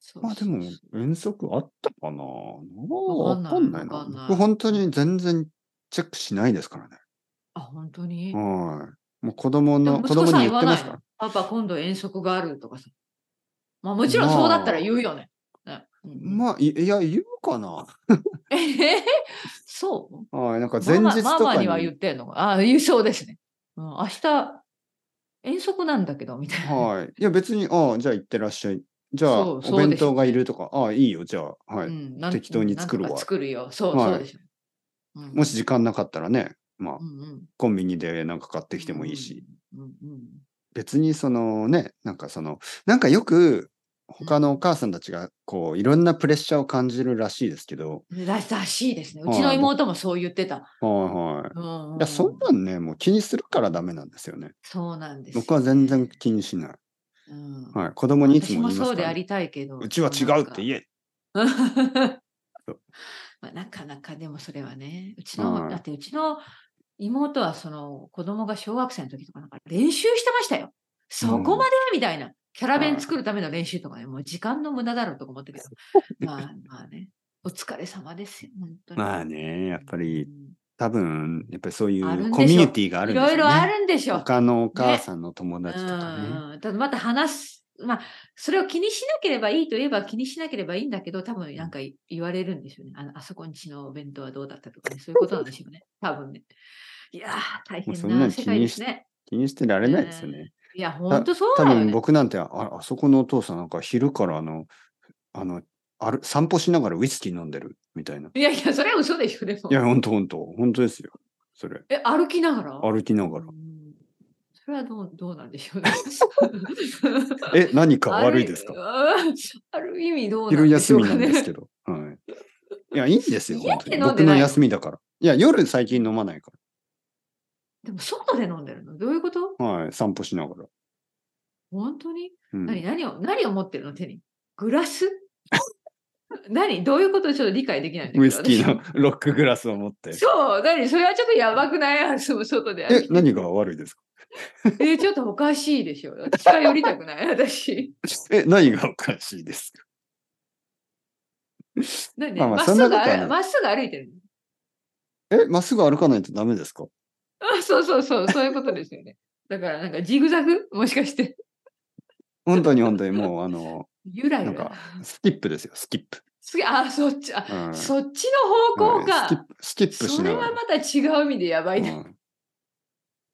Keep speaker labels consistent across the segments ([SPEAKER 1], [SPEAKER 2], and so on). [SPEAKER 1] そう
[SPEAKER 2] まあで
[SPEAKER 1] そう
[SPEAKER 2] も
[SPEAKER 1] そう、
[SPEAKER 2] 遠足あったかな
[SPEAKER 1] わ
[SPEAKER 2] わ
[SPEAKER 1] かんない
[SPEAKER 2] か
[SPEAKER 1] わか
[SPEAKER 2] んないな。
[SPEAKER 1] んない
[SPEAKER 2] 僕本当に全然チェックしないですからね。
[SPEAKER 1] あ、本当に、
[SPEAKER 2] はい。もう子供
[SPEAKER 1] で
[SPEAKER 2] の、
[SPEAKER 1] も息
[SPEAKER 2] 子
[SPEAKER 1] 子
[SPEAKER 2] 供
[SPEAKER 1] さん言
[SPEAKER 2] に言っ
[SPEAKER 1] わ
[SPEAKER 2] て
[SPEAKER 1] な
[SPEAKER 2] ま
[SPEAKER 1] い
[SPEAKER 2] すか
[SPEAKER 1] の
[SPEAKER 2] ら。
[SPEAKER 1] パパ今度遠足があるとかさ。まあもちろんそうだったら言うよね。ねうん
[SPEAKER 2] まあ、いいや、言うかな。
[SPEAKER 1] えへへ そう
[SPEAKER 2] はい。なんか前日と
[SPEAKER 1] マママ
[SPEAKER 2] か
[SPEAKER 1] マ
[SPEAKER 2] に。
[SPEAKER 1] には言ってんのかああ、言いそうですね。うん、明日、遠足なんだけど、みたいな。
[SPEAKER 2] はい。いや、別に、ああ、じゃあ行ってらっしゃい。じゃあ、
[SPEAKER 1] そう
[SPEAKER 2] お
[SPEAKER 1] そう
[SPEAKER 2] 弁
[SPEAKER 1] ですよ
[SPEAKER 2] 当がいるとか、ああ、いいよ、じゃあ、はい。
[SPEAKER 1] うんなん
[SPEAKER 2] 適当に作るわ
[SPEAKER 1] なんとか作るよ。そう、
[SPEAKER 2] はい
[SPEAKER 1] そうでしょ。うん
[SPEAKER 2] もし、時間なかったらね、まあ
[SPEAKER 1] う、んうん、
[SPEAKER 2] コンビニでなんか買ってきてもいいし。
[SPEAKER 1] うんうん。うんうん
[SPEAKER 2] 別にそのね、なんかその、なんかよく他のお母さんたちがこういろんなプレッシャーを感じるらしいですけど、
[SPEAKER 1] ららしいですね。
[SPEAKER 2] は
[SPEAKER 1] う
[SPEAKER 2] い
[SPEAKER 1] ちの妹もそう言ってた。
[SPEAKER 2] はいはい。
[SPEAKER 1] うんうん
[SPEAKER 2] いや、そんなんね、もう気にするからダメなんですよね。
[SPEAKER 1] そうなんですよね。
[SPEAKER 2] 僕は全然気にしない。
[SPEAKER 1] うん
[SPEAKER 2] はい。子供にいつ
[SPEAKER 1] 私
[SPEAKER 2] も
[SPEAKER 1] も
[SPEAKER 2] 言いま
[SPEAKER 1] そ
[SPEAKER 2] す
[SPEAKER 1] う
[SPEAKER 2] か
[SPEAKER 1] で
[SPEAKER 2] ら
[SPEAKER 1] あ
[SPEAKER 2] ね、
[SPEAKER 1] りたいけど。
[SPEAKER 2] うちは違うって
[SPEAKER 1] え。
[SPEAKER 2] 言え。そう
[SPEAKER 1] まあ、なかなかでもそれはね、うちの、
[SPEAKER 2] はい
[SPEAKER 1] だってうちの妹はその子供が小学生の時とかなんか練習してましたよ。そこまでみたいな。キャラ弁作るための練習とかね、もう時間の無駄だろうとか思ったけど。まあまあね、お疲れ様ですよ、本当に。
[SPEAKER 2] まあね、やっぱり
[SPEAKER 1] うん
[SPEAKER 2] 多分、やっぱりそうい
[SPEAKER 1] あるんでし
[SPEAKER 2] う
[SPEAKER 1] ょ
[SPEAKER 2] コミュニティがある
[SPEAKER 1] い
[SPEAKER 2] んで
[SPEAKER 1] ろ
[SPEAKER 2] すよね。
[SPEAKER 1] いろあるんでしょう。
[SPEAKER 2] 他のお母さんの友達とかね。
[SPEAKER 1] うんただまた話す、まあ、それを気にしなければいいといえば気にしなければいいんだけど、多分なんかい言われるんですよね。あのあそこんちのお弁当はどうだったとかね、そういうことなんでしょうね。多分ね。いやー、大
[SPEAKER 2] もう
[SPEAKER 1] 変
[SPEAKER 2] そんな
[SPEAKER 1] な
[SPEAKER 2] の
[SPEAKER 1] 世
[SPEAKER 2] 気
[SPEAKER 1] 界
[SPEAKER 2] に
[SPEAKER 1] で
[SPEAKER 2] し
[SPEAKER 1] すね。
[SPEAKER 2] 気にしてられないですよね。
[SPEAKER 1] いや、本当そう
[SPEAKER 2] 多
[SPEAKER 1] だよ
[SPEAKER 2] 分
[SPEAKER 1] ね。
[SPEAKER 2] 僕なんてあ、あそこのお父さんなんか昼からあの、あの、ある散歩しながらウイスキー飲んでるみたいな。
[SPEAKER 1] いやいや、それは嘘でしょ、でも
[SPEAKER 2] い。や、ほんとほんと、ほんとですよ。それ、
[SPEAKER 1] え、歩きながら
[SPEAKER 2] 歩きながら
[SPEAKER 1] う。んそれはどうどうなんでしょうね。
[SPEAKER 2] え、何か悪いですか
[SPEAKER 1] あるある意味どうな
[SPEAKER 2] 昼
[SPEAKER 1] んでし
[SPEAKER 2] 休
[SPEAKER 1] ょう
[SPEAKER 2] み
[SPEAKER 1] か
[SPEAKER 2] なん
[SPEAKER 1] ね。
[SPEAKER 2] ですけど。はい。いや、いいんですよ、
[SPEAKER 1] 家で
[SPEAKER 2] 本当に。
[SPEAKER 1] 飲ん
[SPEAKER 2] 僕
[SPEAKER 1] でないの
[SPEAKER 2] の休みだから。いや、夜最近飲まないか
[SPEAKER 1] でも外で飲んでるのどういうこと
[SPEAKER 2] ら。はい、散歩しながら。
[SPEAKER 1] 本当に、
[SPEAKER 2] うん、
[SPEAKER 1] 何何を何を持ってるの手にグラス 何どういうことちょっと理解できないんだけど
[SPEAKER 2] ウイスキー
[SPEAKER 1] 私
[SPEAKER 2] の ロックグラスを持って。
[SPEAKER 1] そう何それはちょっとやばくない その外で
[SPEAKER 2] え、
[SPEAKER 1] 歩いて
[SPEAKER 2] 何が悪いですか
[SPEAKER 1] えちょっとおかしいでしょ近寄りたくない 私
[SPEAKER 2] え、何がおかしいですか
[SPEAKER 1] 何
[SPEAKER 2] まあまあ
[SPEAKER 1] まっ
[SPEAKER 2] そ
[SPEAKER 1] すぐ
[SPEAKER 2] ん
[SPEAKER 1] 歩
[SPEAKER 2] なことはない
[SPEAKER 1] まっすぐ歩いてる
[SPEAKER 2] え、まっすぐ歩かないとダメですか
[SPEAKER 1] あそうそうそうそういうことですよねだからなんかジグザグもしかして
[SPEAKER 2] 本当に本当にもう、あの、
[SPEAKER 1] ゆらゆ
[SPEAKER 2] なん
[SPEAKER 1] ら
[SPEAKER 2] かスキップですよ、スキップ。
[SPEAKER 1] すげえあそっちあ、
[SPEAKER 2] うん
[SPEAKER 1] そっちの方向か、
[SPEAKER 2] はいスキップスキップし
[SPEAKER 1] そ
[SPEAKER 2] な
[SPEAKER 1] れ
[SPEAKER 2] が
[SPEAKER 1] は
[SPEAKER 2] ら。
[SPEAKER 1] また違う意味でやばいな、
[SPEAKER 2] うん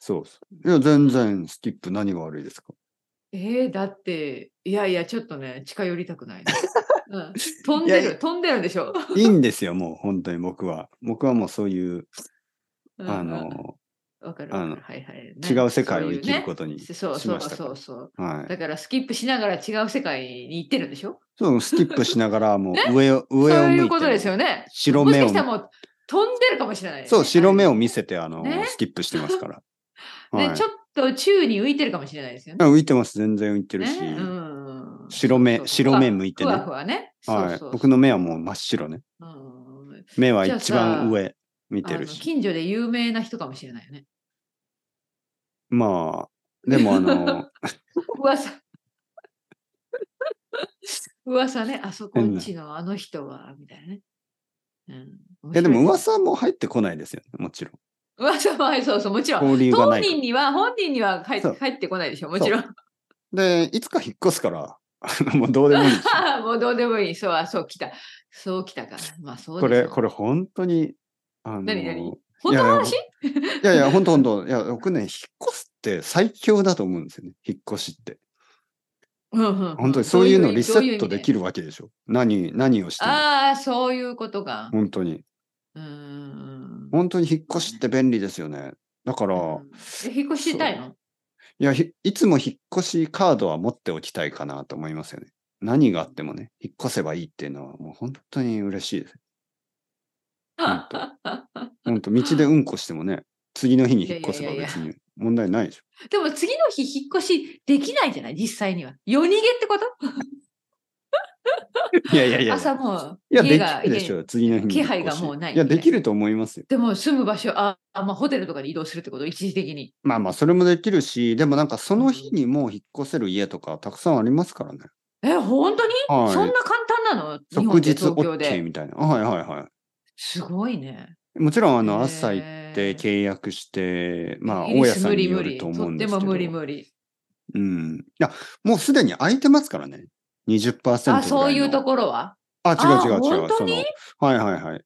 [SPEAKER 2] そうそう。いや、全然スキップ何が悪 いですか
[SPEAKER 1] えー、だって、いやいや、ちょっとね、近寄りたくないな、う ん。飛んで
[SPEAKER 2] いや
[SPEAKER 1] る、飛んでるんでし ょ。
[SPEAKER 2] いいんですよ、もう本当に僕は。僕はもうそういう、
[SPEAKER 1] うん
[SPEAKER 2] あ、の、
[SPEAKER 1] わかる
[SPEAKER 2] あ
[SPEAKER 1] わ
[SPEAKER 2] の
[SPEAKER 1] かる。はいはい。
[SPEAKER 2] 違う世界を生きること
[SPEAKER 1] と
[SPEAKER 2] にし
[SPEAKER 1] そう
[SPEAKER 2] ま
[SPEAKER 1] そう
[SPEAKER 2] したか
[SPEAKER 1] そうそう。
[SPEAKER 2] ら。はい。
[SPEAKER 1] だからスキップしながら違う世界に行ってるんでしょ。
[SPEAKER 2] そう、スキップしながら、も う
[SPEAKER 1] ね
[SPEAKER 2] 上を、
[SPEAKER 1] そう
[SPEAKER 2] 上を向い
[SPEAKER 1] い
[SPEAKER 2] て
[SPEAKER 1] う
[SPEAKER 2] も
[SPEAKER 1] ことですよね。
[SPEAKER 2] 白
[SPEAKER 1] もし
[SPEAKER 2] 目
[SPEAKER 1] か
[SPEAKER 2] を
[SPEAKER 1] したらもう飛んでるかもしれない、ね。
[SPEAKER 2] そう、白目
[SPEAKER 1] を、
[SPEAKER 2] を見せて、あの、
[SPEAKER 1] ね
[SPEAKER 2] スキップしてますから。
[SPEAKER 1] ね
[SPEAKER 2] はい
[SPEAKER 1] ちょっと宙に浮いてるかもしれないですよね。
[SPEAKER 2] あ浮いてます、全然浮いてるし。
[SPEAKER 1] ねうん
[SPEAKER 2] 白目
[SPEAKER 1] そうそう
[SPEAKER 2] 白目向いてね
[SPEAKER 1] ふわふわね。
[SPEAKER 2] はい
[SPEAKER 1] そうそう
[SPEAKER 2] 僕の目はもう真っ白ね。
[SPEAKER 1] うん
[SPEAKER 2] 目は
[SPEAKER 1] じゃあさ
[SPEAKER 2] 一番上見てる
[SPEAKER 1] あの
[SPEAKER 2] し。
[SPEAKER 1] 近所で有名な人かもしれないよね。
[SPEAKER 2] まあ、でも あの、
[SPEAKER 1] 噂。 噂ね、あそこんちのあの人は、みたいなね。うん、
[SPEAKER 2] いやでも
[SPEAKER 1] 面白
[SPEAKER 2] 噂も入ってこないですよね、もちろん。
[SPEAKER 1] いですね噂は、はい、そうそう、もちろん。
[SPEAKER 2] 交流がな
[SPEAKER 1] 本
[SPEAKER 2] いから
[SPEAKER 1] 人には、本人には入っ
[SPEAKER 2] そう
[SPEAKER 1] 入ってこないでしょ、もちろん。
[SPEAKER 2] で、いつか引っ越すから、あのもうどうでもいいし。
[SPEAKER 1] もうどうでもいい、そう、あそう来た。そう来たから。まあそう
[SPEAKER 2] これ、こ
[SPEAKER 1] れ。
[SPEAKER 2] れ本当に、あの
[SPEAKER 1] 何何
[SPEAKER 2] い
[SPEAKER 1] 本当の
[SPEAKER 2] い
[SPEAKER 1] 話
[SPEAKER 2] やいや、本当本当いや、僕ね、引っ越すって最強だと思うんですよね、引っ越しって。
[SPEAKER 1] うんうんうん
[SPEAKER 2] 本当にそういうのをリセ
[SPEAKER 1] どうい
[SPEAKER 2] ッ
[SPEAKER 1] う意味
[SPEAKER 2] ト
[SPEAKER 1] で
[SPEAKER 2] できるわけでしょ。何、何をしても。
[SPEAKER 1] ああ、そういうことが。
[SPEAKER 2] 本当に。
[SPEAKER 1] うーん。
[SPEAKER 2] 本当に引っ越しって便利ですよね。だから、
[SPEAKER 1] うんえ引っ越したいの
[SPEAKER 2] いや、ひいつも引っ越しカードは持っておきたいかなと思いますよね。何があってもね、引っ越せばいいっていうのはもう本当に嬉しいです。本本当、道でうんこしてもね、次の日に引っ越せば
[SPEAKER 1] いやいやい
[SPEAKER 2] 別
[SPEAKER 1] や
[SPEAKER 2] に問題ないでしょ。
[SPEAKER 1] でも次の日引っ越しできないじゃない実際には。夜逃げってこと
[SPEAKER 2] いやいやいやい
[SPEAKER 1] 朝
[SPEAKER 2] や。
[SPEAKER 1] もう
[SPEAKER 2] いや、
[SPEAKER 1] 家
[SPEAKER 2] で
[SPEAKER 1] が
[SPEAKER 2] きるでし
[SPEAKER 1] 家に
[SPEAKER 2] ょ、次の日に
[SPEAKER 1] 気配がもうない
[SPEAKER 2] いや、できると思いますよ。
[SPEAKER 1] でも住む場所、あ、あまあ、ホテルとかに移動するってこと一時的に。
[SPEAKER 2] まあまあ、それもできるし、でもなんかその日にもう引っ越せる家とかたくさんありますからね。
[SPEAKER 1] え、本当に、
[SPEAKER 2] はい
[SPEAKER 1] そんな簡単なの日
[SPEAKER 2] 即
[SPEAKER 1] 本で
[SPEAKER 2] 日
[SPEAKER 1] 東京
[SPEAKER 2] OK
[SPEAKER 1] で。
[SPEAKER 2] みたいな。はいはいは
[SPEAKER 1] すごいね。
[SPEAKER 2] い。もちろん、あ
[SPEAKER 1] へ
[SPEAKER 2] の、
[SPEAKER 1] ー
[SPEAKER 2] 朝行って契約して、まあ、
[SPEAKER 1] イギリ
[SPEAKER 2] 大
[SPEAKER 1] ス
[SPEAKER 2] 家さん
[SPEAKER 1] 無
[SPEAKER 2] に
[SPEAKER 1] 理
[SPEAKER 2] よ
[SPEAKER 1] 無
[SPEAKER 2] る
[SPEAKER 1] 理。
[SPEAKER 2] と
[SPEAKER 1] と
[SPEAKER 2] 思うん
[SPEAKER 1] って
[SPEAKER 2] です
[SPEAKER 1] も
[SPEAKER 2] けど。
[SPEAKER 1] 無理無理。
[SPEAKER 2] うん。いや、もうすでに空いてますからね。20%ぐらいの。
[SPEAKER 1] あ、そういうところは
[SPEAKER 2] あ、違う違う違
[SPEAKER 1] あ
[SPEAKER 2] う。
[SPEAKER 1] 本当
[SPEAKER 2] その
[SPEAKER 1] に、
[SPEAKER 2] はいはいはい。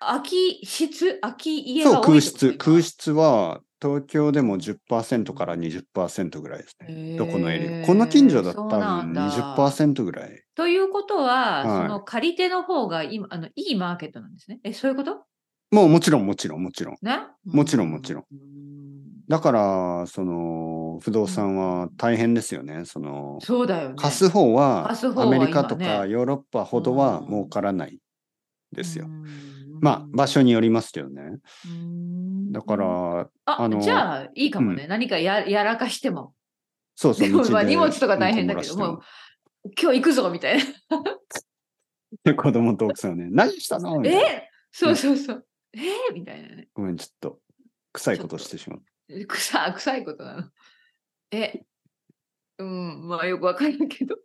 [SPEAKER 1] 空き室空き家
[SPEAKER 2] そう、
[SPEAKER 1] が多い
[SPEAKER 2] 空
[SPEAKER 1] ってこと
[SPEAKER 2] 室。空室は、東京でも10%から20%ぐらいですね。どこのエリア。この近所だったら
[SPEAKER 1] そうなんだ
[SPEAKER 2] 20%ぐらい。
[SPEAKER 1] ということは、
[SPEAKER 2] はい
[SPEAKER 1] その借り手の方が今あのいいマーケットなんですね。え、そういうこと
[SPEAKER 2] もうもちろんもちろんもちろん。
[SPEAKER 1] ね
[SPEAKER 2] もちろんもちろん。
[SPEAKER 1] う
[SPEAKER 2] だから、その、不動産は大変ですよね。その、
[SPEAKER 1] そうだよね。
[SPEAKER 2] 貸す方は、
[SPEAKER 1] 貸す方は
[SPEAKER 2] アメリカ
[SPEAKER 1] 今
[SPEAKER 2] とか
[SPEAKER 1] ね
[SPEAKER 2] ヨーロッパほどは
[SPEAKER 1] うん
[SPEAKER 2] 儲からないですよ
[SPEAKER 1] う。ん
[SPEAKER 2] まあ、場所。によりますけどね。
[SPEAKER 1] うん
[SPEAKER 2] だから、
[SPEAKER 1] あ
[SPEAKER 2] あの
[SPEAKER 1] じゃあいいかもね。何かややらかしても。
[SPEAKER 2] そうそう、
[SPEAKER 1] でも
[SPEAKER 2] 道
[SPEAKER 1] まあ
[SPEAKER 2] で
[SPEAKER 1] 荷物とか大変だけど、
[SPEAKER 2] うんこ漏らし
[SPEAKER 1] もう
[SPEAKER 2] て
[SPEAKER 1] 今日行くぞみたいな。
[SPEAKER 2] で 子供と奥さんはね、何したのみたいな
[SPEAKER 1] えそうそうそう。えーみたいなね。
[SPEAKER 2] ごめん、ちょっと、臭いことしてしまった。
[SPEAKER 1] 臭臭いことなの。えうん、まあよくわかんないけ ど。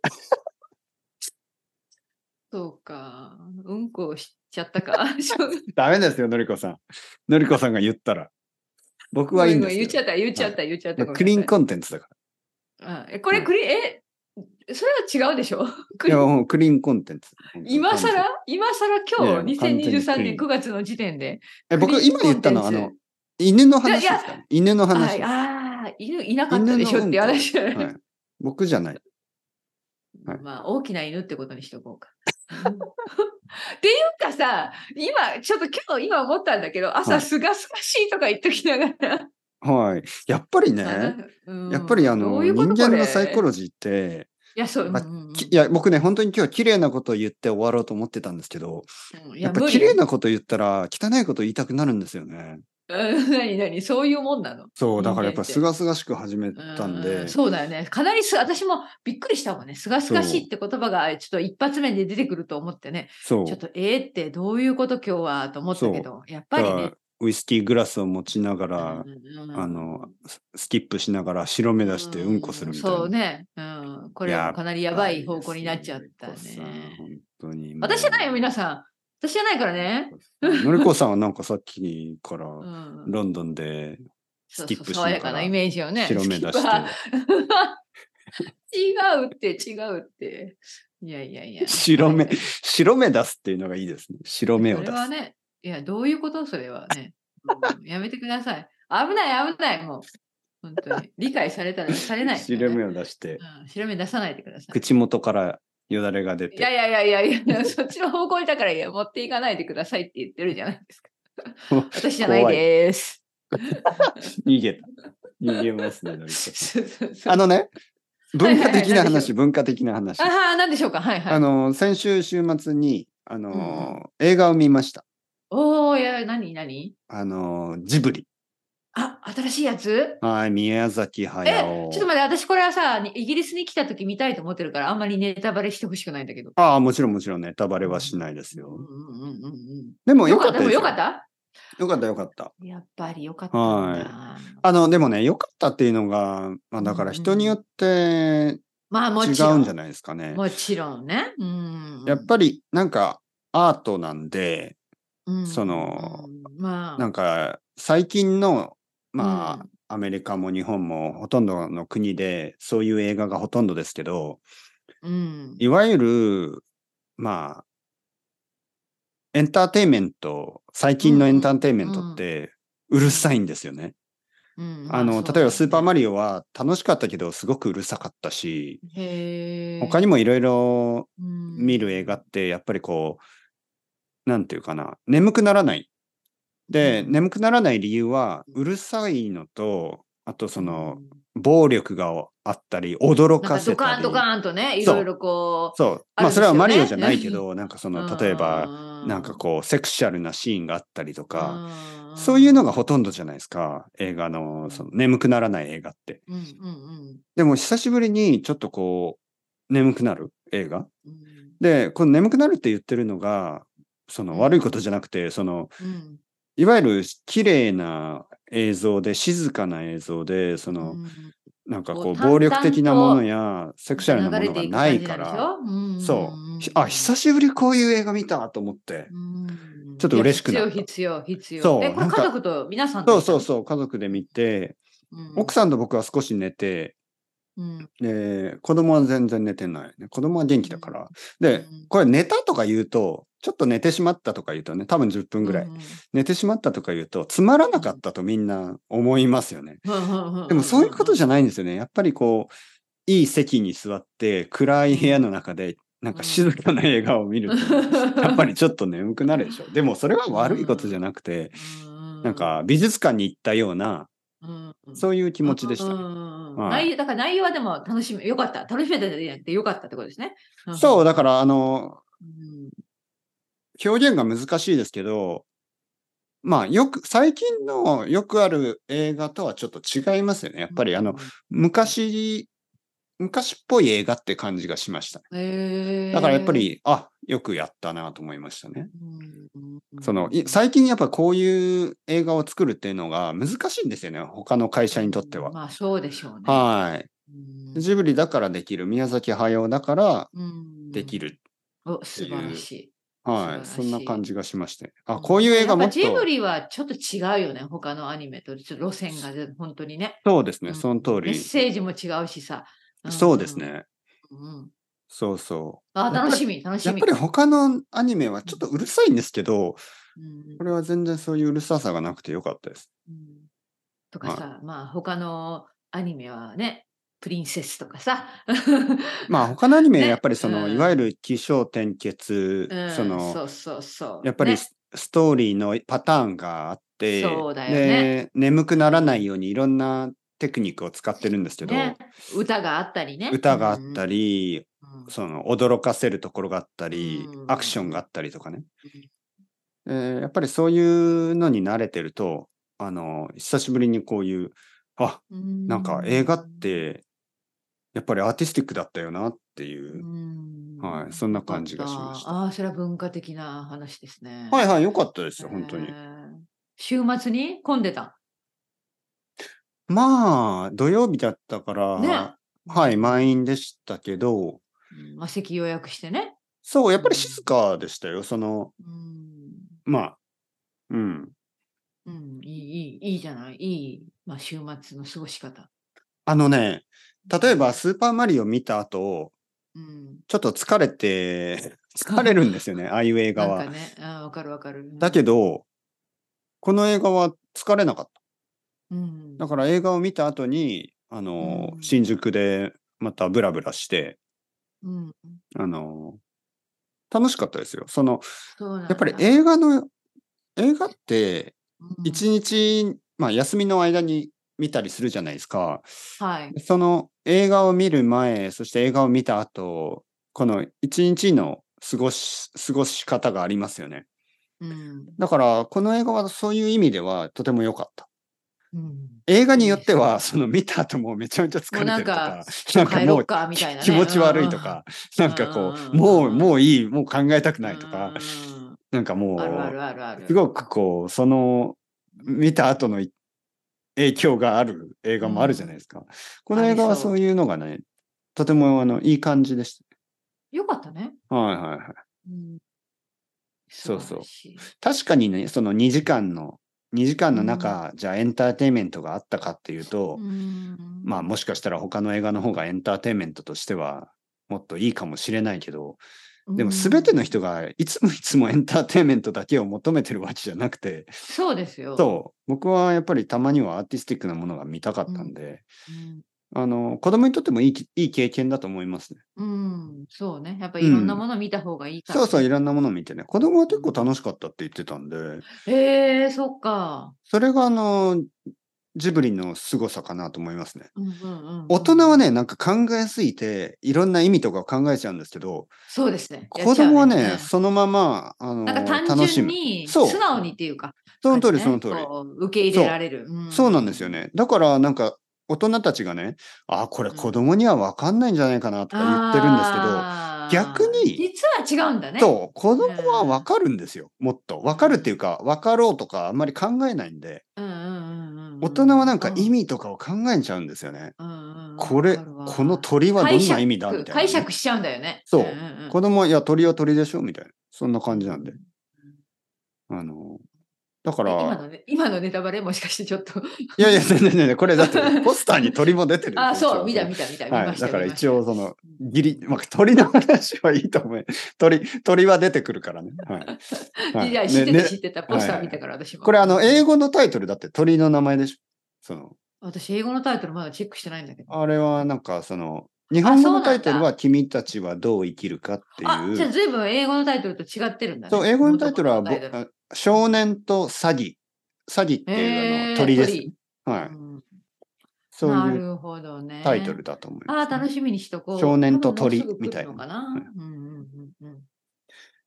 [SPEAKER 1] そうか。うんこをしちゃったか。 しょうがない
[SPEAKER 2] ダメですよ、のりこさん。のりこさんが言ったら。僕はいいん
[SPEAKER 1] ごめご
[SPEAKER 2] で
[SPEAKER 1] め
[SPEAKER 2] す
[SPEAKER 1] 言っちゃった、
[SPEAKER 2] よ。
[SPEAKER 1] 言っちゃった、言っちゃった。ごめんなさ
[SPEAKER 2] ク
[SPEAKER 1] い
[SPEAKER 2] リーンコンテンツだか
[SPEAKER 1] あえこれクリーン、え、それは違うでしょク
[SPEAKER 2] ら。
[SPEAKER 1] リ
[SPEAKER 2] いや、
[SPEAKER 1] ーン
[SPEAKER 2] もうクリーンコンテンツ。
[SPEAKER 1] 今更
[SPEAKER 2] 完全に
[SPEAKER 1] 今
[SPEAKER 2] いや
[SPEAKER 1] 更
[SPEAKER 2] 完全に
[SPEAKER 1] 今日、2023
[SPEAKER 2] クリ
[SPEAKER 1] 年
[SPEAKER 2] ーン
[SPEAKER 1] 9月の時点で。
[SPEAKER 2] え僕、
[SPEAKER 1] クリーン
[SPEAKER 2] 今言ったのは、あ
[SPEAKER 1] コンテン
[SPEAKER 2] の
[SPEAKER 1] ツ、
[SPEAKER 2] 犬の話ですか
[SPEAKER 1] い
[SPEAKER 2] ら、犬の話
[SPEAKER 1] はい、
[SPEAKER 2] です。
[SPEAKER 1] ああ、犬いなかったでしょっていう話じゃない
[SPEAKER 2] はい、僕じゃない。はい
[SPEAKER 1] まあ、大きな犬ってことにしとこうか。っていうかさ、今、ちょっと今日、今思ったんだけど、
[SPEAKER 2] は
[SPEAKER 1] 朝、
[SPEAKER 2] い
[SPEAKER 1] すがすがしいとか言っときながら。
[SPEAKER 2] はい。やっぱりね、
[SPEAKER 1] うん
[SPEAKER 2] やっぱりあ
[SPEAKER 1] ど
[SPEAKER 2] の、
[SPEAKER 1] ういう
[SPEAKER 2] 人
[SPEAKER 1] こと
[SPEAKER 2] 間
[SPEAKER 1] これ
[SPEAKER 2] のサイコロジーって、
[SPEAKER 1] いや、そう、うん
[SPEAKER 2] まあ
[SPEAKER 1] うんうん
[SPEAKER 2] きいや、僕ね、本当に今日綺麗なことを言って終わろうと思ってたんですけど、
[SPEAKER 1] うんい
[SPEAKER 2] や
[SPEAKER 1] や、
[SPEAKER 2] っぱ
[SPEAKER 1] 無
[SPEAKER 2] 綺
[SPEAKER 1] 理。
[SPEAKER 2] 麗なこと言ったら、汚いこと言いたくなるんですよね。
[SPEAKER 1] うん何何そういうもんなの。
[SPEAKER 2] そう、
[SPEAKER 1] 人間
[SPEAKER 2] だからやっぱ
[SPEAKER 1] って
[SPEAKER 2] すがすがしく始めたん
[SPEAKER 1] う
[SPEAKER 2] で
[SPEAKER 1] ん、そうだよね。かなりす、私もびっくりしたもんね。すがすがしいって言葉が、ちょっと一発目で出てくると思ってね。
[SPEAKER 2] そう。
[SPEAKER 1] ちょっと、えーってどういうこと今日はと思ったけど、やっぱ
[SPEAKER 2] だ
[SPEAKER 1] り
[SPEAKER 2] から
[SPEAKER 1] ね。
[SPEAKER 2] ウイスキーグラスを持ちながら、
[SPEAKER 1] うん
[SPEAKER 2] あの、ススキップしながら白目出してうんこするみたいな。
[SPEAKER 1] そうね。うん。これはかなりやばい方向になっちゃったね。
[SPEAKER 2] 本当に。
[SPEAKER 1] 私じゃないよ、皆
[SPEAKER 2] ん。
[SPEAKER 1] さん。私じゃないからね。
[SPEAKER 2] のりこさんはなんかさっきから
[SPEAKER 1] うん。
[SPEAKER 2] ロンドンで
[SPEAKER 1] そ
[SPEAKER 2] ス
[SPEAKER 1] う
[SPEAKER 2] キ
[SPEAKER 1] そ
[SPEAKER 2] ッ
[SPEAKER 1] う
[SPEAKER 2] プし
[SPEAKER 1] 爽
[SPEAKER 2] な
[SPEAKER 1] や
[SPEAKER 2] が
[SPEAKER 1] からなイメージをね。
[SPEAKER 2] 白
[SPEAKER 1] ス
[SPEAKER 2] 目出
[SPEAKER 1] キップ
[SPEAKER 2] し
[SPEAKER 1] は 違うって、違うって。いやいやいや。
[SPEAKER 2] て、白目
[SPEAKER 1] いやい、
[SPEAKER 2] 白目出すっていうのがいいですね。白目
[SPEAKER 1] や
[SPEAKER 2] を
[SPEAKER 1] そ
[SPEAKER 2] 出
[SPEAKER 1] れ
[SPEAKER 2] す。
[SPEAKER 1] はね、いや、どういうことそれはね、うんやめてください。危ない、危ない、もう。本当に。理解されたらされない、
[SPEAKER 2] 白目を出して、
[SPEAKER 1] うん。白目出さないでください。
[SPEAKER 2] 口元からよだれが出
[SPEAKER 1] いや
[SPEAKER 2] て、
[SPEAKER 1] いやいやいやいや、そっちの方向にだからいや持っていかないでくださいって言ってるじゃないです か。私じゃないです。
[SPEAKER 2] 逃げた。逃げますね、のりこさん
[SPEAKER 1] そう そうそう
[SPEAKER 2] あのね、文化的な
[SPEAKER 1] はいはいはい何でし
[SPEAKER 2] 話、文化的な話
[SPEAKER 1] あ。は何でしょうかはいはい。
[SPEAKER 2] あの、先週週末に、あの、映画を見ました。
[SPEAKER 1] おー、いや、何何
[SPEAKER 2] あの、ジブリ。
[SPEAKER 1] あ、新しいやつ
[SPEAKER 2] はい、宮崎
[SPEAKER 1] え、ち
[SPEAKER 2] 駿
[SPEAKER 1] ょ。っと待って、私これはさ、にイギリスに来た時見たいと思ってるから、あんまりネタバレしてほしくないんだけど。
[SPEAKER 2] ああ、もちろんもちろんネタバレはしないです
[SPEAKER 1] うんう
[SPEAKER 2] よ。
[SPEAKER 1] んうんうん
[SPEAKER 2] でも
[SPEAKER 1] うん。よ
[SPEAKER 2] よ
[SPEAKER 1] かっ、
[SPEAKER 2] かっ
[SPEAKER 1] で
[SPEAKER 2] たたです
[SPEAKER 1] も
[SPEAKER 2] よ。
[SPEAKER 1] よかった
[SPEAKER 2] よかったよかった。
[SPEAKER 1] やっぱりよかったんだ。
[SPEAKER 2] あの、でもね、よかったっていうのが、まあだから人によって
[SPEAKER 1] まあも
[SPEAKER 2] 違
[SPEAKER 1] ちろ。
[SPEAKER 2] うんんじゃないですかね。
[SPEAKER 1] もちろんね。うん。
[SPEAKER 2] やっぱりなんかアートなんで、
[SPEAKER 1] うん
[SPEAKER 2] その、
[SPEAKER 1] うんまあ、
[SPEAKER 2] なんか最近の、ま
[SPEAKER 1] う
[SPEAKER 2] あ
[SPEAKER 1] ん、
[SPEAKER 2] アメリカも日本もほとんどの国でそういう映画がほとんどですけど、
[SPEAKER 1] うん、
[SPEAKER 2] いわゆる、まあ、エンターテインメント、最近のエンターテインメントってうるさいんですよね。
[SPEAKER 1] うん
[SPEAKER 2] あの、例えばスーパーマ
[SPEAKER 1] リ
[SPEAKER 2] リオは楽しかったけど、すごくうるさかったし、
[SPEAKER 1] オ、へ
[SPEAKER 2] 他にもいろいろ見
[SPEAKER 1] 見
[SPEAKER 2] る映画って、やっぱりこう、なんていうかな、眠くならない。で、
[SPEAKER 1] うん
[SPEAKER 2] 眠くならない理由は、うるさいのと、あとその、、暴力があったり、驚
[SPEAKER 1] なん
[SPEAKER 2] か
[SPEAKER 1] かド
[SPEAKER 2] せ
[SPEAKER 1] カ
[SPEAKER 2] た
[SPEAKER 1] ン
[SPEAKER 2] り。
[SPEAKER 1] ドカンとね、い
[SPEAKER 2] そう
[SPEAKER 1] ろいろこう。
[SPEAKER 2] そう。
[SPEAKER 1] あるん
[SPEAKER 2] ま
[SPEAKER 1] で
[SPEAKER 2] あ、
[SPEAKER 1] す
[SPEAKER 2] それ
[SPEAKER 1] よ
[SPEAKER 2] は
[SPEAKER 1] ね
[SPEAKER 2] マリオじゃないけど、なんかその、例えば、
[SPEAKER 1] ば
[SPEAKER 2] なんかこう、セクシャルなシーンがあったりと
[SPEAKER 1] う
[SPEAKER 2] か、
[SPEAKER 1] ん
[SPEAKER 2] そういうのがほとんどじゃないですか、映画の、その、眠くならない映画って。
[SPEAKER 1] うんうん
[SPEAKER 2] でも久しぶりにちょっとこう、眠くなる映画。
[SPEAKER 1] うんうん
[SPEAKER 2] で、この眠くなるって言ってるのが、そ
[SPEAKER 1] うん
[SPEAKER 2] の悪いことじゃなくて、その、
[SPEAKER 1] うん
[SPEAKER 2] いわゆる綺麗な映像で、静かな映像で、その、
[SPEAKER 1] うん
[SPEAKER 2] なんか
[SPEAKER 1] こ
[SPEAKER 2] こ
[SPEAKER 1] う
[SPEAKER 2] う、
[SPEAKER 1] 淡々
[SPEAKER 2] 暴力的なものや、セクシャルなも
[SPEAKER 1] 流
[SPEAKER 2] の
[SPEAKER 1] れて
[SPEAKER 2] が
[SPEAKER 1] いく
[SPEAKER 2] な
[SPEAKER 1] 感
[SPEAKER 2] い
[SPEAKER 1] じ
[SPEAKER 2] か
[SPEAKER 1] なんでし
[SPEAKER 2] ら、
[SPEAKER 1] ょ。うん
[SPEAKER 2] そう。ひあ、久しぶりこういう映画見たと思って。
[SPEAKER 1] うん
[SPEAKER 2] ちょっと嬉しくなった
[SPEAKER 1] いや必要、必要、必
[SPEAKER 2] そう
[SPEAKER 1] 要。え、これ
[SPEAKER 2] なんか
[SPEAKER 1] 家族と皆さん
[SPEAKER 2] そうそう
[SPEAKER 1] う。
[SPEAKER 2] そう、家族で見て、
[SPEAKER 1] うん
[SPEAKER 2] 奥さんと僕は少し寝て、
[SPEAKER 1] うん
[SPEAKER 2] で、子供は全然寝てない、ね。子供は元気だから。で
[SPEAKER 1] うん、
[SPEAKER 2] これ寝たとか言うと、ちょっと寝てしまったとか言うとね、多分10分ぐらい。寝てしまったとか言うと、つまらなかったとみんな思いますよね。
[SPEAKER 1] うん。
[SPEAKER 2] でもそういうことじ
[SPEAKER 1] ゃ
[SPEAKER 2] ゃないんですよね。やっぱりこう、いい席に座って、暗い部屋の中で、なんか静かな映画を見ると、 やっぱりちょっと眠くなるでしょ。でもそれは悪いことじゃなくて、なん、か美術館に行ったような、
[SPEAKER 1] うんうん
[SPEAKER 2] そういう気持ちでした
[SPEAKER 1] うん
[SPEAKER 2] ね。
[SPEAKER 1] うんうん
[SPEAKER 2] はい
[SPEAKER 1] 内容だから内容はでも楽しみ、よかった。楽しめたじゃなくてよかったってことですね。
[SPEAKER 2] そう、だ
[SPEAKER 1] か
[SPEAKER 2] からあの、
[SPEAKER 1] うん
[SPEAKER 2] 表現が難しいですけど、まあよく、最近のよくある映画とはちょっと違いますよね。やっぱりあの、、昔、昔っぽい映画って感じがしましたね。
[SPEAKER 1] へー
[SPEAKER 2] だからやっぱ、り、あ、よくやったなと思いましたね。
[SPEAKER 1] うん
[SPEAKER 2] その、い最近やっぱこういう映画を作るっていうのが難しいんですよね。他の会社にとっては。
[SPEAKER 1] まあそうでしょうね。う
[SPEAKER 2] はい。
[SPEAKER 1] ん
[SPEAKER 2] ジブリだからできる。宮崎駿だから
[SPEAKER 1] うん
[SPEAKER 2] できる。
[SPEAKER 1] お素晴らしい。
[SPEAKER 2] はい。
[SPEAKER 1] 素晴
[SPEAKER 2] そ
[SPEAKER 1] らしい
[SPEAKER 2] んな感じがしまして。あ、こういう映画も
[SPEAKER 1] やっ
[SPEAKER 2] っ
[SPEAKER 1] ぱ
[SPEAKER 2] と、
[SPEAKER 1] ジブリはちょっと違うよね、他のアニメと。ちょっと路線がね本当にね。
[SPEAKER 2] そうです
[SPEAKER 1] う
[SPEAKER 2] ね。
[SPEAKER 1] ん
[SPEAKER 2] その通
[SPEAKER 1] メッ
[SPEAKER 2] り。
[SPEAKER 1] セージも違うしさ。ん
[SPEAKER 2] そうです。ね。
[SPEAKER 1] うん
[SPEAKER 2] そうそ
[SPEAKER 1] あ、楽しみ、楽
[SPEAKER 2] う。
[SPEAKER 1] し
[SPEAKER 2] やっ
[SPEAKER 1] み
[SPEAKER 2] ぱ。り他のアニメはちょっとうるさいんですけど、
[SPEAKER 1] うん
[SPEAKER 2] これは全然そういううるささがなくてよかったです。
[SPEAKER 1] うんとかさ、まあ他のアニメはね、プリンセスとかさ。
[SPEAKER 2] まあ他のアニメは
[SPEAKER 1] ね
[SPEAKER 2] やっぱりその、
[SPEAKER 1] うん
[SPEAKER 2] いわゆる起承転 結、
[SPEAKER 1] うん
[SPEAKER 2] その
[SPEAKER 1] そうそうそう。
[SPEAKER 2] やっぱり
[SPEAKER 1] ね
[SPEAKER 2] ス,、トーリーのパターンがあって
[SPEAKER 1] そうだよね
[SPEAKER 2] で眠くならないようにいろんなテクニックを使ってるんですけど、
[SPEAKER 1] ね歌があったりね。
[SPEAKER 2] 歌があった
[SPEAKER 1] り。
[SPEAKER 2] り、
[SPEAKER 1] うん
[SPEAKER 2] その驚かせるところがあったり、
[SPEAKER 1] うん
[SPEAKER 2] アクションがあったりとかね、えーやっぱりそういうのに慣れてるとあの久しぶりにこういうあなんか映画っ、てやっぱりアーティスティックだったよなっていうう、
[SPEAKER 1] ん
[SPEAKER 2] はいそんな感じがしました
[SPEAKER 1] よかっああ、それは文化的な話ですね。
[SPEAKER 2] はい
[SPEAKER 1] い、
[SPEAKER 2] はい良かったですよ本当に。
[SPEAKER 1] 週末に混んでた。
[SPEAKER 2] まあ、土曜日だったから、
[SPEAKER 1] ね
[SPEAKER 2] はい、満員でしたけど、
[SPEAKER 1] うんまあ、席予約してね。
[SPEAKER 2] そう、やっぱり静かでしたよ。その、
[SPEAKER 1] うん
[SPEAKER 2] まあ、うん。
[SPEAKER 1] うん、いい、いい、いいじゃない。いい、まあ、週末の過ごし方。
[SPEAKER 2] あのね、例えば、スーパーマリオ見た後、
[SPEAKER 1] うん、
[SPEAKER 2] ちょっと疲れて、 疲れるんです よね、ああいう映画
[SPEAKER 1] なん
[SPEAKER 2] は
[SPEAKER 1] か。ね、あーわかるわかる。
[SPEAKER 2] だけ
[SPEAKER 1] ど、
[SPEAKER 2] ど、この映画は疲れなかっ
[SPEAKER 1] うん、
[SPEAKER 2] た。だから映画を見た後に、あの、
[SPEAKER 1] うん
[SPEAKER 2] 新宿でまたブラブラして、
[SPEAKER 1] うん、
[SPEAKER 2] あの、楽しかったですよ。その、
[SPEAKER 1] そうなんだ
[SPEAKER 2] やっぱり映画の、映画って、
[SPEAKER 1] うん
[SPEAKER 2] 一日、まあ、休みの間に見たりするじゃないですか。
[SPEAKER 1] はい。
[SPEAKER 2] その映画を見る前、そして映画を見た後、この一日の過ごし、過ごし方がありますよね。
[SPEAKER 1] うん、
[SPEAKER 2] だから、この映画はそういう意味ではとても良かった。
[SPEAKER 1] うん
[SPEAKER 2] 映画によっては、その見た後もうめちゃめちゃ疲れてるとか、
[SPEAKER 1] もうなん
[SPEAKER 2] な
[SPEAKER 1] 帰
[SPEAKER 2] ん
[SPEAKER 1] ろっかみ
[SPEAKER 2] き
[SPEAKER 1] たいなね、
[SPEAKER 2] 気持ち悪いとか、なんかこ
[SPEAKER 1] うんうんう
[SPEAKER 2] う、
[SPEAKER 1] ん
[SPEAKER 2] もう、もういい、もう考えたく
[SPEAKER 1] うん、
[SPEAKER 2] ないと
[SPEAKER 1] う
[SPEAKER 2] か、
[SPEAKER 1] ん
[SPEAKER 2] なんかもう、
[SPEAKER 1] あるあるあるある。
[SPEAKER 2] すごくこう、その、見た後のい影響がある映画もあるじゃないですか。この映画
[SPEAKER 1] あ
[SPEAKER 2] は
[SPEAKER 1] りそう
[SPEAKER 2] そういうのがね、とてもあのいい感じでし
[SPEAKER 1] よかったね。
[SPEAKER 2] た。はいはいはい。
[SPEAKER 1] うん、
[SPEAKER 2] そうそ
[SPEAKER 1] 素晴ら
[SPEAKER 2] う
[SPEAKER 1] しい
[SPEAKER 2] 確かにね、その2時間の、2時間の中、じゃあエンターテインメントがあったかっていうと、
[SPEAKER 1] うん
[SPEAKER 2] まあもしかしたら他の映画の方がエンターテインメントとしては、もっといいかもしれないけど、でも全ての人
[SPEAKER 1] うん
[SPEAKER 2] がいつもいつもエンターテインメントだけを求めてるわけじゃなくて、
[SPEAKER 1] そうですよ。
[SPEAKER 2] そう、僕はやっぱりたまにはアーティスティックなものが見たかったんで、
[SPEAKER 1] うん。
[SPEAKER 2] あの、子供にとってもいいき、いい経験だと思いますね。
[SPEAKER 1] うん、そうね。やっぱりいろんなもの見た方がいいから、
[SPEAKER 2] そうそう、い
[SPEAKER 1] ろ
[SPEAKER 2] ろんなものを見てね。子供は結構楽しかったって言ってたんで、
[SPEAKER 1] へえ、そっか。
[SPEAKER 2] それがあの、ジブリの凄さかなと思いますね。
[SPEAKER 1] うんうんうんうん
[SPEAKER 2] 大人はね、、なんか考えすぎて、いろんな意味とかを考えちゃうんですけど、
[SPEAKER 1] そうですね。や
[SPEAKER 2] 子
[SPEAKER 1] っちゃう
[SPEAKER 2] 供は
[SPEAKER 1] う
[SPEAKER 2] ね、
[SPEAKER 1] ん
[SPEAKER 2] そのまま、あの、
[SPEAKER 1] なんか単
[SPEAKER 2] 楽し
[SPEAKER 1] 純
[SPEAKER 2] む。
[SPEAKER 1] に、
[SPEAKER 2] そう
[SPEAKER 1] 素直にっていうか、
[SPEAKER 2] その通
[SPEAKER 1] 感
[SPEAKER 2] り、
[SPEAKER 1] じ
[SPEAKER 2] その
[SPEAKER 1] ね
[SPEAKER 2] 通り。
[SPEAKER 1] こう受け入れられる。ん
[SPEAKER 2] そうなんですよ。ね。だから、なんか、大人たちがね、あ、これ
[SPEAKER 1] うん
[SPEAKER 2] 子供には分かんないんじゃないかなとか言ってるんですけど、
[SPEAKER 1] あー
[SPEAKER 2] 逆に
[SPEAKER 1] 実は違うんだね。
[SPEAKER 2] そう、子供は分かるんですよ、もっと。分かるっていうか、分かろうとかあんまり考えないんで、
[SPEAKER 1] うんうんうんうんうん。
[SPEAKER 2] 大人はなんか意味とかを考えちゃうんですよね。これ、この鳥はどんな意味だみたいな、
[SPEAKER 1] 解釈しちゃうんだよね。
[SPEAKER 2] そうん
[SPEAKER 1] んん
[SPEAKER 2] 子供は、いや、鳥は鳥でしょみたいな。そんな感じなんで。あの、だか
[SPEAKER 1] 今
[SPEAKER 2] ら、
[SPEAKER 1] のね、今のネタバレもしかしてちょっと。
[SPEAKER 2] いやいや、全然全然、これ だって、ポスターに鳥も出てるんですよ
[SPEAKER 1] あ、そう、見
[SPEAKER 2] 一応
[SPEAKER 1] た見た見た。見
[SPEAKER 2] は
[SPEAKER 1] ま
[SPEAKER 2] い。
[SPEAKER 1] した
[SPEAKER 2] だから
[SPEAKER 1] 見まし
[SPEAKER 2] 一応、その、
[SPEAKER 1] た
[SPEAKER 2] ギリ、まあ、鳥の話はいいと思う。鳥、鳥は出てくるからね。はい。 はい
[SPEAKER 1] いや、
[SPEAKER 2] ね
[SPEAKER 1] 知って
[SPEAKER 2] ね
[SPEAKER 1] た、知ってた。ポスター見たから、私も。
[SPEAKER 2] これ、あの、英語のタイトルだって鳥の名前でしょその、
[SPEAKER 1] 私、英語のタイトルまだチェックしてないんだけど。
[SPEAKER 2] あれはなんか、その、日本語のタイトルは君たちはどう生きるかってい
[SPEAKER 1] あ、じゃあ、
[SPEAKER 2] う。
[SPEAKER 1] ずいぶん英語のタイトルと違ってるんだね。
[SPEAKER 2] そう、英語のタイトルは、ぼ
[SPEAKER 1] 元々のタイト
[SPEAKER 2] あ少年と詐欺。詐欺って
[SPEAKER 1] ル
[SPEAKER 2] いうあ
[SPEAKER 1] へー
[SPEAKER 2] の鳥です。
[SPEAKER 1] 鳥
[SPEAKER 2] はい。
[SPEAKER 1] うん
[SPEAKER 2] そう
[SPEAKER 1] ないる
[SPEAKER 2] う
[SPEAKER 1] ほどね。
[SPEAKER 2] タイトルだと思います、
[SPEAKER 1] あー楽しみにしとこう。
[SPEAKER 2] 少年と鳥
[SPEAKER 1] 多分もうすぐ来るのかな
[SPEAKER 2] みたい
[SPEAKER 1] うんうんうんうん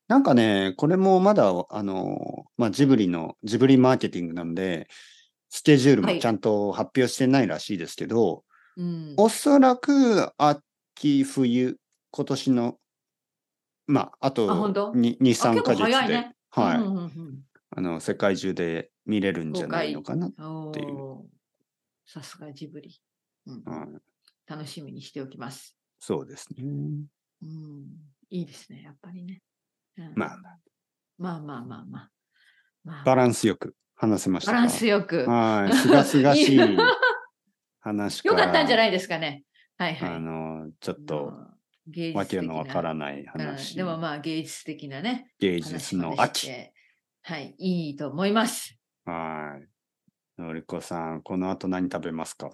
[SPEAKER 2] なんかね、これもまだ、あの、まあ、ジブリの、ジブリマーケティングなんで、スケジュール
[SPEAKER 1] は
[SPEAKER 2] も
[SPEAKER 1] い
[SPEAKER 2] ちゃんと発表してないらしいですけど、
[SPEAKER 1] うん。
[SPEAKER 2] おそらく秋、冬、今年の、まあ、あと
[SPEAKER 1] あ本当
[SPEAKER 2] 2、3ヶ
[SPEAKER 1] あ結構
[SPEAKER 2] 月で、
[SPEAKER 1] 早いね
[SPEAKER 2] はい、
[SPEAKER 1] うんうんうん
[SPEAKER 2] あの、世界中で見れるんじゃないのかな。
[SPEAKER 1] うんお
[SPEAKER 2] っていう
[SPEAKER 1] ーさすがジブリ、うん
[SPEAKER 2] はい、
[SPEAKER 1] 楽しみにしておきます、
[SPEAKER 2] そうですね。
[SPEAKER 1] うん。いいですね、やっぱりね。うん
[SPEAKER 2] まあ
[SPEAKER 1] まあまあまあまあ。まあ
[SPEAKER 2] バランスよく話せました
[SPEAKER 1] バ
[SPEAKER 2] か。
[SPEAKER 1] ランスよく。
[SPEAKER 2] はい、すがすがし い
[SPEAKER 1] いい
[SPEAKER 2] 話
[SPEAKER 1] よ
[SPEAKER 2] から。
[SPEAKER 1] かったんじゃ
[SPEAKER 2] い
[SPEAKER 1] ないですかね。はいはい。
[SPEAKER 2] あの、ちょっと、
[SPEAKER 1] あの、芸術
[SPEAKER 2] わけのわか
[SPEAKER 1] ん
[SPEAKER 2] らない話。
[SPEAKER 1] でもまあ芸術的なね、
[SPEAKER 2] 芸
[SPEAKER 1] 話
[SPEAKER 2] 術
[SPEAKER 1] ま
[SPEAKER 2] の
[SPEAKER 1] でし
[SPEAKER 2] 秋。
[SPEAKER 1] て。はい、いいと思います。
[SPEAKER 2] はい。のりこさん、この後何食べますか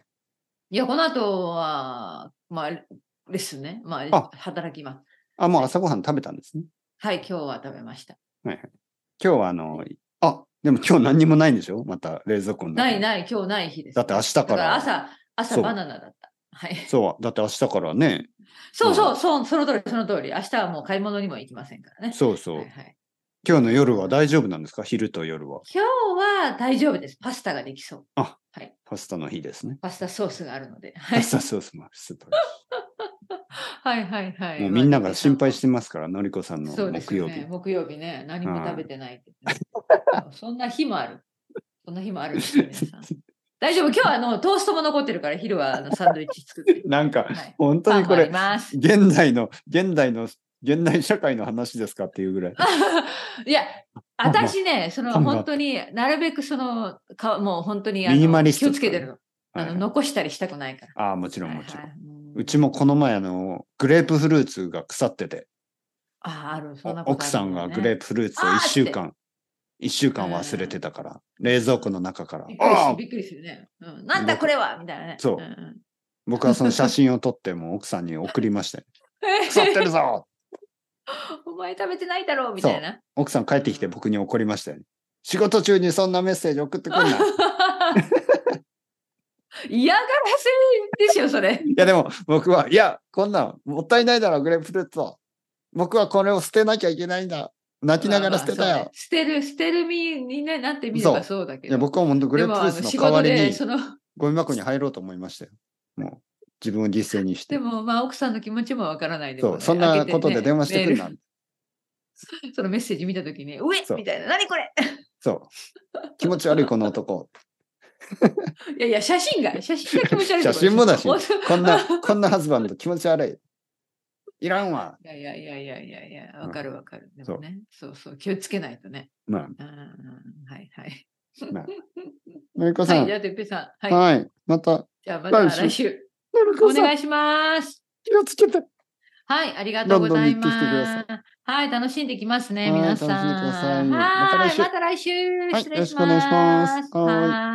[SPEAKER 1] いや、この後は、まあ、レッスンね。まあ
[SPEAKER 2] あ、
[SPEAKER 1] 働きます。
[SPEAKER 2] あ、もう朝ごはん食べたんですね。
[SPEAKER 1] はい、今日は食べました。
[SPEAKER 2] 今日はあの、あ、でも今日何にもないんでしょまた冷蔵庫の中
[SPEAKER 1] な
[SPEAKER 2] に。
[SPEAKER 1] いない、今日ない日です。
[SPEAKER 2] だって明日から
[SPEAKER 1] だから朝、
[SPEAKER 2] そ
[SPEAKER 1] 朝
[SPEAKER 2] う
[SPEAKER 1] バナナだった。はい。
[SPEAKER 2] そう、だって明日からね。
[SPEAKER 1] そうそう、そう、その通り、その通り。明日はもう買い物にも行きませんからね。
[SPEAKER 2] そうそう。
[SPEAKER 1] はいはい。
[SPEAKER 2] 今日の夜は大丈夫なんですか昼と夜は。
[SPEAKER 1] 今日は大丈夫です。パスタができそう。
[SPEAKER 2] パスタの日ですね。
[SPEAKER 1] パスタソースがあるので。は
[SPEAKER 2] パ
[SPEAKER 1] い
[SPEAKER 2] スタソースもあるスーパ
[SPEAKER 1] はいはいはい。
[SPEAKER 2] ーもうみんなが心配しててますから、のりこさんの
[SPEAKER 1] そうです
[SPEAKER 2] 木
[SPEAKER 1] よ
[SPEAKER 2] 曜日。
[SPEAKER 1] ね。木曜日ね、何も
[SPEAKER 2] はい
[SPEAKER 1] 食べてないって言ってね、そんな日もある。そんな日もあるんですよ皆さん。大丈夫、今日はあのトーストも残ってるから、昼はあのサンドイッチ作って。
[SPEAKER 2] なんか、
[SPEAKER 1] はい。
[SPEAKER 2] 本当
[SPEAKER 1] パンも
[SPEAKER 2] に
[SPEAKER 1] あ
[SPEAKER 2] こ
[SPEAKER 1] り
[SPEAKER 2] れ、
[SPEAKER 1] ます。
[SPEAKER 2] 現代の、現代の、現代社会の話ですかっていうぐらい。
[SPEAKER 1] いや、
[SPEAKER 2] パンも
[SPEAKER 1] 私ね、その
[SPEAKER 2] パンも
[SPEAKER 1] 本当になるべくその、かもう本当にあ
[SPEAKER 2] ミニマ
[SPEAKER 1] の
[SPEAKER 2] リスト
[SPEAKER 1] 気をつけてるの。あ
[SPEAKER 2] はい
[SPEAKER 1] の残したりしたくないから。
[SPEAKER 2] ああ、もちろんもちろ
[SPEAKER 1] はい
[SPEAKER 2] ん。
[SPEAKER 1] はいん
[SPEAKER 2] うちもこの前、あの、グレープフルーツが腐ってて、
[SPEAKER 1] ああるそんなことあるよね、
[SPEAKER 2] 奥さんがグレープフルーツを1週間、1週間忘れてたから、冷蔵庫の中から
[SPEAKER 1] びっ、くりす
[SPEAKER 2] あ
[SPEAKER 1] る
[SPEAKER 2] あ
[SPEAKER 1] びっくりするね。うん、なんだこれはみたいなね。
[SPEAKER 2] そうん
[SPEAKER 1] ん
[SPEAKER 2] 僕はその写真を撮って、もう奥さんに送り ましたよ。腐ってるぞ
[SPEAKER 1] お前食べてないだろうみたいな。
[SPEAKER 2] 奥さん帰ってきて僕に怒りましたよね。仕事中にそんなメッセージ送ってくんな。い
[SPEAKER 1] 嫌がらせですよ、そ れ。
[SPEAKER 2] やでも僕は、いや、こんなんもったいないだろ、グレープフルーツを。僕はこれを捨てなきゃいけないんだ。泣きながら捨てたよ。
[SPEAKER 1] まあまあそうね捨てる、捨てる身にねなってみればそうだけ
[SPEAKER 2] いや
[SPEAKER 1] ど。
[SPEAKER 2] 僕は本当グレ
[SPEAKER 1] で
[SPEAKER 2] ープ
[SPEAKER 1] もあの
[SPEAKER 2] フルーツの
[SPEAKER 1] 仕
[SPEAKER 2] 代わ
[SPEAKER 1] 事
[SPEAKER 2] り
[SPEAKER 1] で
[SPEAKER 2] に
[SPEAKER 1] その
[SPEAKER 2] ゴミ箱に入ろうと思いましたよ。もう自分を犠牲にし
[SPEAKER 1] で
[SPEAKER 2] て。
[SPEAKER 1] もまあ奥さんの気持ちもわからないでも
[SPEAKER 2] そ、
[SPEAKER 1] ないう
[SPEAKER 2] そんなこと
[SPEAKER 1] 開
[SPEAKER 2] で
[SPEAKER 1] けね
[SPEAKER 2] 電話してくん
[SPEAKER 1] メ
[SPEAKER 2] な
[SPEAKER 1] ー。ルそのメッセージ見たときに「うえっ!」
[SPEAKER 2] そう
[SPEAKER 1] みたいな「何これ!
[SPEAKER 2] そう。気持ち悪いこの男。」
[SPEAKER 1] いやいや写真が写真が気持ち悪いとこ
[SPEAKER 2] 写真もだし、
[SPEAKER 1] 本当
[SPEAKER 2] こんな、 こんなハズバンド気持ち悪い。いらんわ。
[SPEAKER 1] いやいやいやいやいやいや、
[SPEAKER 2] ん
[SPEAKER 1] わかるわかる。で
[SPEAKER 2] そう
[SPEAKER 1] もね、そうそう、気をつけないとね。
[SPEAKER 2] まあ、
[SPEAKER 1] うんうんうんはいはい。
[SPEAKER 2] のりこさ
[SPEAKER 1] はい、
[SPEAKER 2] ん。
[SPEAKER 1] じゃあ、てっぺいさん。はい。
[SPEAKER 2] はい。また、
[SPEAKER 1] じゃあ、また
[SPEAKER 2] 来週
[SPEAKER 1] 来週。
[SPEAKER 2] のり
[SPEAKER 1] お
[SPEAKER 2] こさ
[SPEAKER 1] 願
[SPEAKER 2] ん、
[SPEAKER 1] いします。
[SPEAKER 2] 気をつけて。
[SPEAKER 1] はい、ありがとうございま
[SPEAKER 2] どんどん行ってきて
[SPEAKER 1] す。はい、楽しんできますね、
[SPEAKER 2] はい
[SPEAKER 1] 皆さん。
[SPEAKER 2] 楽しんでください
[SPEAKER 1] はい、
[SPEAKER 2] また来週
[SPEAKER 1] また来週。
[SPEAKER 2] はい
[SPEAKER 1] 失礼し
[SPEAKER 2] よろしくお願いし
[SPEAKER 1] ま。
[SPEAKER 2] ますすはい
[SPEAKER 1] ーい